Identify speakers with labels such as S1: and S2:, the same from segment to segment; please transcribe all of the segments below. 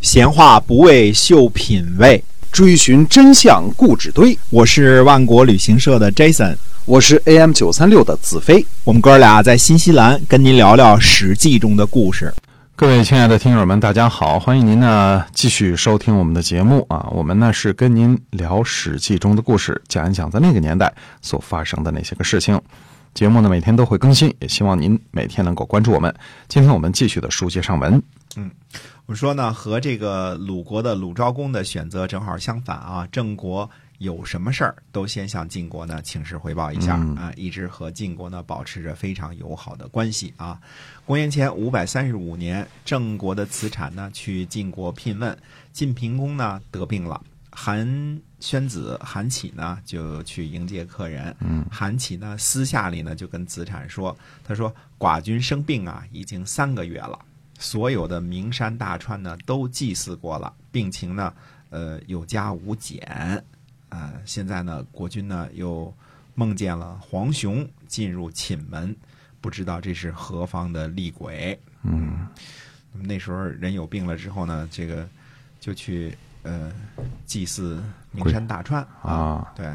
S1: 闲话不为秀品味，
S2: 追寻真相故纸堆。
S1: 我是万国旅行社的 Jason，
S2: 我是 AM 九三六的子飞。
S1: 我们哥俩在新西兰跟您聊聊《史记》中的故事。
S3: 各位亲爱的听友们，大家好！欢迎您呢继续收听我们的节目啊。我们呢是跟您聊《史记》中的故事，讲一讲在那个年代所发生的那些个事情。节目呢每天都会更新，也希望您每天能够关注我们。嗯今天我们继续的书接上文，
S1: 我说呢，和这个鲁国的鲁昭公的选择正好相反啊。郑国有什么事儿都先向晋国呢请示汇报一下、
S3: 嗯
S1: 啊，一直和晋国呢保持着非常友好的关系啊。公元前五百三十五年，郑国的子产呢去晋国聘问，晋平公呢得病了，韩宣子韩起呢就去迎接客人。
S3: 嗯，
S1: 韩起呢私下里呢就跟子产说，他说寡君生病啊，已经三个月了，所有的名山大川呢都祭祀过了，病情呢呃有加无减，啊、现在呢国君呢又梦见了黄熊进入寝门，不知道这是何方的厉鬼。
S3: 嗯，
S1: 那么那时候人有病了之后呢，这个就去呃祭祀名
S3: 鬼
S1: 山大川
S3: 啊，
S1: 对，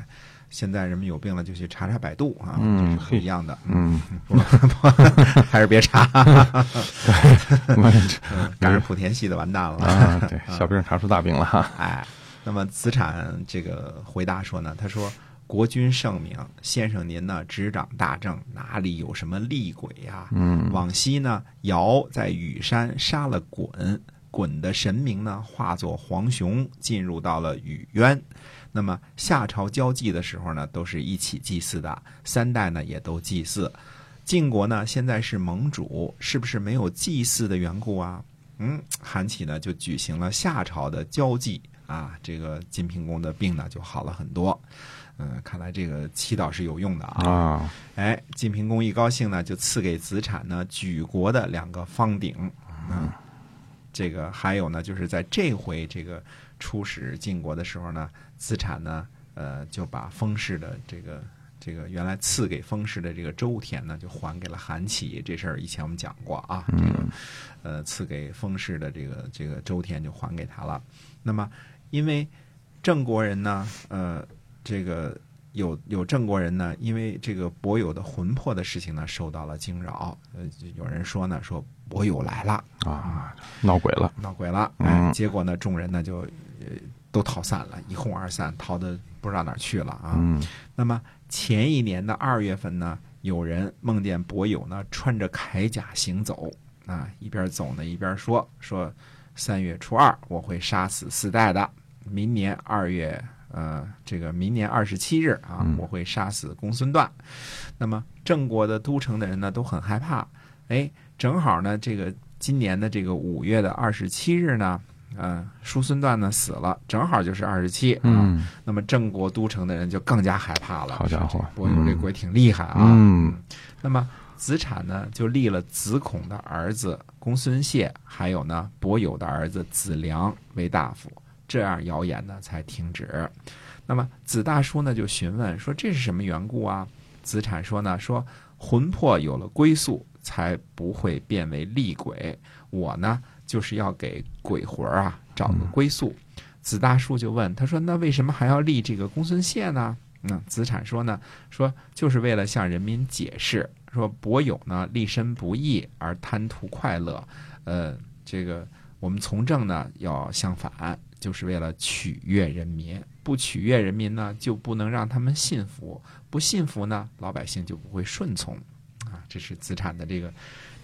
S1: 现在人们有病了就去查查百度啊，
S3: 嗯
S1: 这是不一样的，
S3: 嗯，
S1: 还是别查，
S3: 我
S1: 嗯赶上莆田系的完蛋了。
S3: 啊，对，小病查出大病了啊哈，
S1: 哎，那么子产这个回答说呢，他说。国君圣明，先生您呢执掌大政，哪里有什么厉鬼呀、
S3: 嗯
S1: 往昔呢，尧在羽山杀了鲧，鲧的神明呢化作黄熊，进入到了禹渊。那么夏朝交际的时候呢，都是一起祭祀的，三代呢也都祭祀。晋国呢现在是盟主，是不是没有祭祀的缘故啊？嗯，韩起呢就举行了夏朝的交际啊，这个晋平公的病呢就好了很多。嗯，看来这个祈祷是有用的啊。
S3: 啊，
S1: 哎，晋平公一高兴呢，就赐给子产呢举国的两个方鼎。嗯，这个还有呢，就是在这回这个出使晋国的时候呢，子产呢，呃，就把封氏的这个这个原来赐给封氏的这个周田呢，就还给了韩起。这事儿以前我们讲过啊，这个呃赐给封氏的这个这个周田就还给他了。那么因为郑国人呢，呃，这个有有郑国人呢，因为这个伯友的魂魄的事情呢，受到了惊扰。呃，就有人说呢，说伯友来了
S3: 啊，闹鬼了，
S1: 闹鬼了。
S3: 嗯
S1: 哎，结果呢，众人呢就呃都逃散了，一哄而散，逃的不知道哪儿去了啊。
S3: 嗯
S1: 那么前一年的二月份呢，有人梦见伯友呢穿着铠甲行走啊，一边走呢一边说说三月初二我会杀死四代的，明年二月呃这个明年二十七日啊
S3: 嗯
S1: 我会杀死公孙段。那么郑国的都城的人呢都很害怕，哎，正好呢这个今年的这个五月的二十七日呢。呃，叔孙段呢死了，正好就是二十七，啊
S3: 嗯，
S1: 那么郑国都城的人就更加害怕了。
S3: 好家伙
S1: 我有这鬼挺厉害啊！
S3: 嗯
S1: 那么子产呢，就立了子孔的儿子公孙谢，还有呢伯友的儿子子良为大夫，这样谣言呢才停止。那么子大叔呢就询问说这是什么缘故啊？子产说呢说魂魄有了归宿，才不会变为厉鬼。我呢就是要给鬼魂儿啊找个归宿。子大叔就问他说那为什么还要立这个公孙谢呢？嗯，子产说呢说就是为了向人民解释说伯友呢立身不义而贪图快乐，呃，这个我们从政呢要相反，就是为了取悦人民。不取悦人民呢，就不能让他们信服；不信服呢，老百姓就不会顺从。啊，这是子产的这个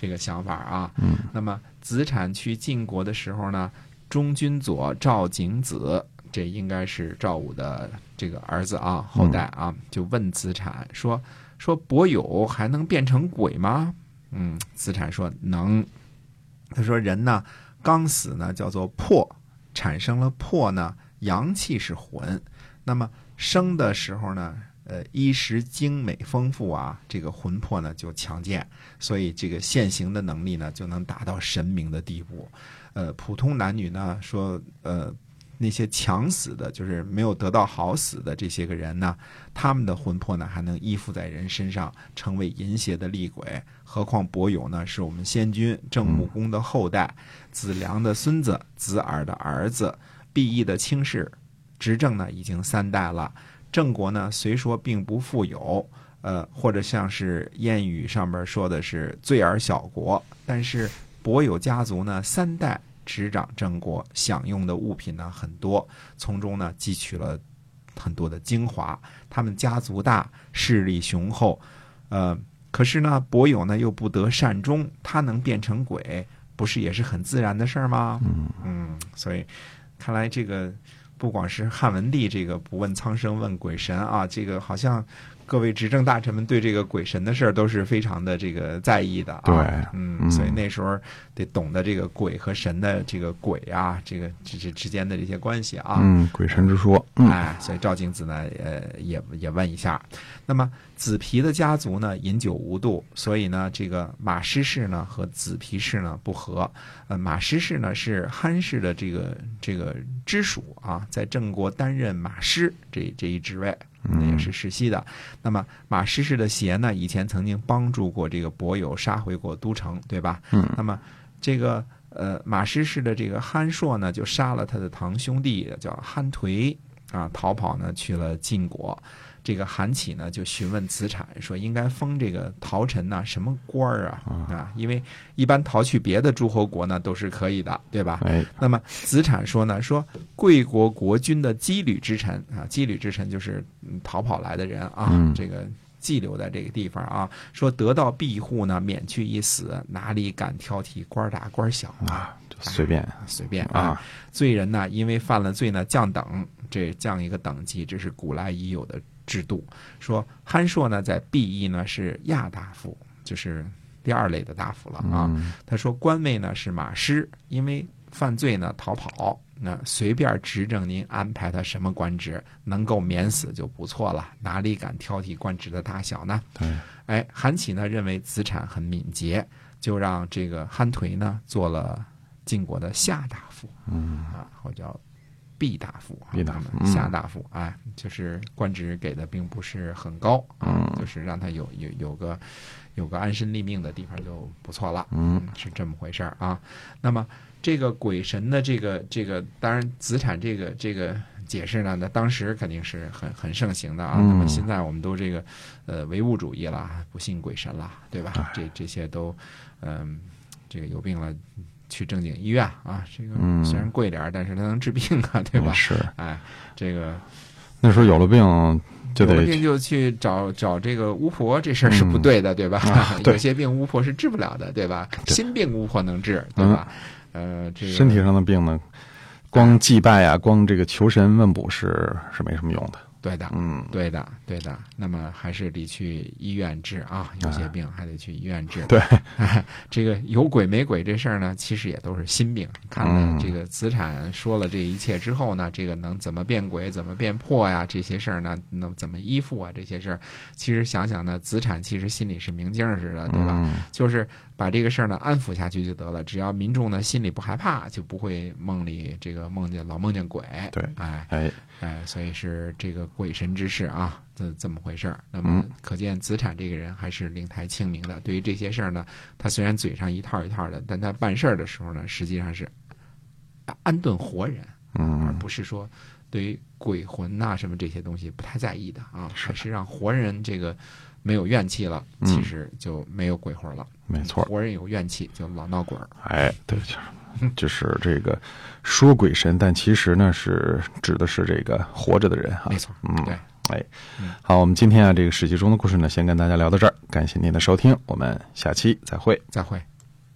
S1: 这个想法啊。
S3: 嗯
S1: 那么子产去晋国的时候呢，中军左赵景子，这应该是赵武的这个儿子啊，后代啊，就问子产说：“说伯友还能变成鬼吗？”嗯，子产说能。他说人呢，刚死呢叫做魄，产生了魄呢，阳气是魂。那么生的时候呢，呃，衣食精美丰富啊，这个魂魄呢就强健，所以这个现行的能力呢就能达到神明的地步。呃，普通男女呢说，呃，那些强死的，就是没有得到好死的这些个人呢，他们的魂魄呢还能依附在人身上，成为淫邪的厉鬼。何况伯友呢，是我们先君郑穆公的后代，子良的孙子，子耳的儿子，毕义的卿氏，执政呢已经三代了。郑国呢虽说并不富有，呃，或者像是谚语上面说的是“罪而小国”，但是伯友家族呢三代执掌郑国，享用的物品呢很多，从中呢汲取了很多的精华。他们家族大，势力雄厚，呃，可是呢，伯友呢又不得善终，他能变成鬼，不是也是很自然的事儿吗？
S3: 嗯
S1: 嗯，所以看来这个不光是汉文帝这个不问苍生问鬼神啊，这个好像各位执政大臣们对这个鬼神的事儿都是非常的这个在意的啊。
S3: 对
S1: 嗯，
S3: 嗯
S1: 所以那时候得懂得这个鬼和神的这个鬼啊，这个这这之间的这些关系啊。
S3: 嗯，鬼神之说，嗯
S1: 哎，所以赵景子呢，呃，也也问一下。那么子皮的家族呢，饮酒无度，所以呢，这个马师氏呢和子皮氏呢不和。呃，马师氏呢是憨氏的这个这个支属啊，在郑国担任马师这这一职位，那也是世袭的。那么马师氏的邪呢，以前曾经帮助过这个伯友杀回过都城，对吧？
S3: 嗯
S1: 那么这个呃马师氏的这个憨硕呢，就杀了他的堂兄弟叫憨颓啊，逃跑呢去了晋国。这个韩起呢就询问子产说，应该封这个陶臣呐、什么官儿啊啊？因为一般逃去别的诸侯国呢都是可以的，对吧？
S3: 哎，
S1: 那么子产说呢，说贵国国君的羁旅之臣啊，羁旅之臣就是嗯逃跑来的人啊，
S3: 嗯
S1: 这个寄留在这个地方啊，说得到庇护呢，免去一死，哪里敢挑剔官大官小啊？
S3: 啊，就随便
S1: 随便
S3: 啊，
S1: 罪人呢，因为犯了罪呢，降等，这降一个等级，这是古来已有的制度。说憨硕呢，在 B 义呢是亚大夫，就是第二类的大夫了啊。
S3: 嗯
S1: 他说官位呢是马师，因为犯罪呢逃跑，那随便执政您安排他什么官职，能够免死就不错了，哪里敢挑剔官职的大小呢？
S3: 对，
S1: 哎，韩起呢认为子产很敏捷，就让这个憨颓呢做了晋国的夏大夫
S3: 嗯，
S1: 啊，或者叫毕大夫啊，
S3: 毕大夫
S1: 他们
S3: 嗯
S1: 夏大夫哎，就是官职给的并不是很高，啊
S3: 嗯
S1: 就是让他有有有个有个安身立命的地方就不错了。
S3: 嗯，
S1: 是这么回事儿啊。那么这个鬼神的这个这个，当然子产这个这个解释呢，那当时肯定是很很盛行的啊。
S3: 嗯
S1: 那么现在我们都这个呃唯物主义了，不信鬼神了，对
S3: 哎
S1: 吧？这这些都嗯、这个有病了去正经医院啊。这个
S3: 嗯
S1: 虽然贵点儿，但是它能治病啊，对
S3: 也
S1: 吧？
S3: 是
S1: 哎，这个
S3: 那时候有了病就
S1: 有了
S3: 得
S1: 病就去找找这个巫婆，这事儿是不对的，对吧？
S3: 嗯啊 对
S1: 有些病巫婆是治不了的，对吧？
S3: 对嗯
S1: 心病巫婆能治，对吧？呃，这个
S3: 身体上的病呢，光祭拜啊，光这个求神问卜是是没什么用的。
S1: 对的，
S3: 嗯，
S1: 对的，对的。那么还是得去医院治啊，有些病还得去医院治。
S3: 哎对，
S1: 这个有鬼没鬼这事儿呢，其实也都是心病。看
S3: 嗯
S1: 了这个子产说了这一切之后呢，这个能怎么变鬼，怎么变破呀？这些事儿呢，能怎么依附啊？这些事儿，其实想想呢，子产其实心里是明镜儿似的，对吧？
S3: 嗯
S1: 就是把这个事儿呢安抚下去就得了。只要民众呢心里不害怕，就不会梦里这个梦见老梦见鬼。
S3: 对
S1: 哎
S3: 哎，
S1: 哎，所以是这个鬼神之事啊，这这么回事儿。那么
S3: 嗯
S1: 可见子产这个人还是灵台清明的。对于这些事儿呢，他虽然嘴上一套一套的，但他办事儿的时候呢，实际上是安顿活人，而
S3: 嗯，
S1: 不是说对于鬼魂呐、什么这些东西不太在意的啊，
S3: 是
S1: 还是让活人这个没有怨气了，
S3: 嗯
S1: 其实就没有鬼魂了。
S3: 没错儿。
S1: 活人有怨气就老闹鬼儿。
S3: 哎，对，就是就是这个说鬼神，但其实呢是指的是这个活着的人哈
S1: 没。错，
S3: 嗯
S1: 对，
S3: 哎
S1: 嗯，
S3: 好，我们今天啊这个史记中的故事呢，先跟大家聊到这儿，感谢您的收听，我们下期再会。
S1: 再会。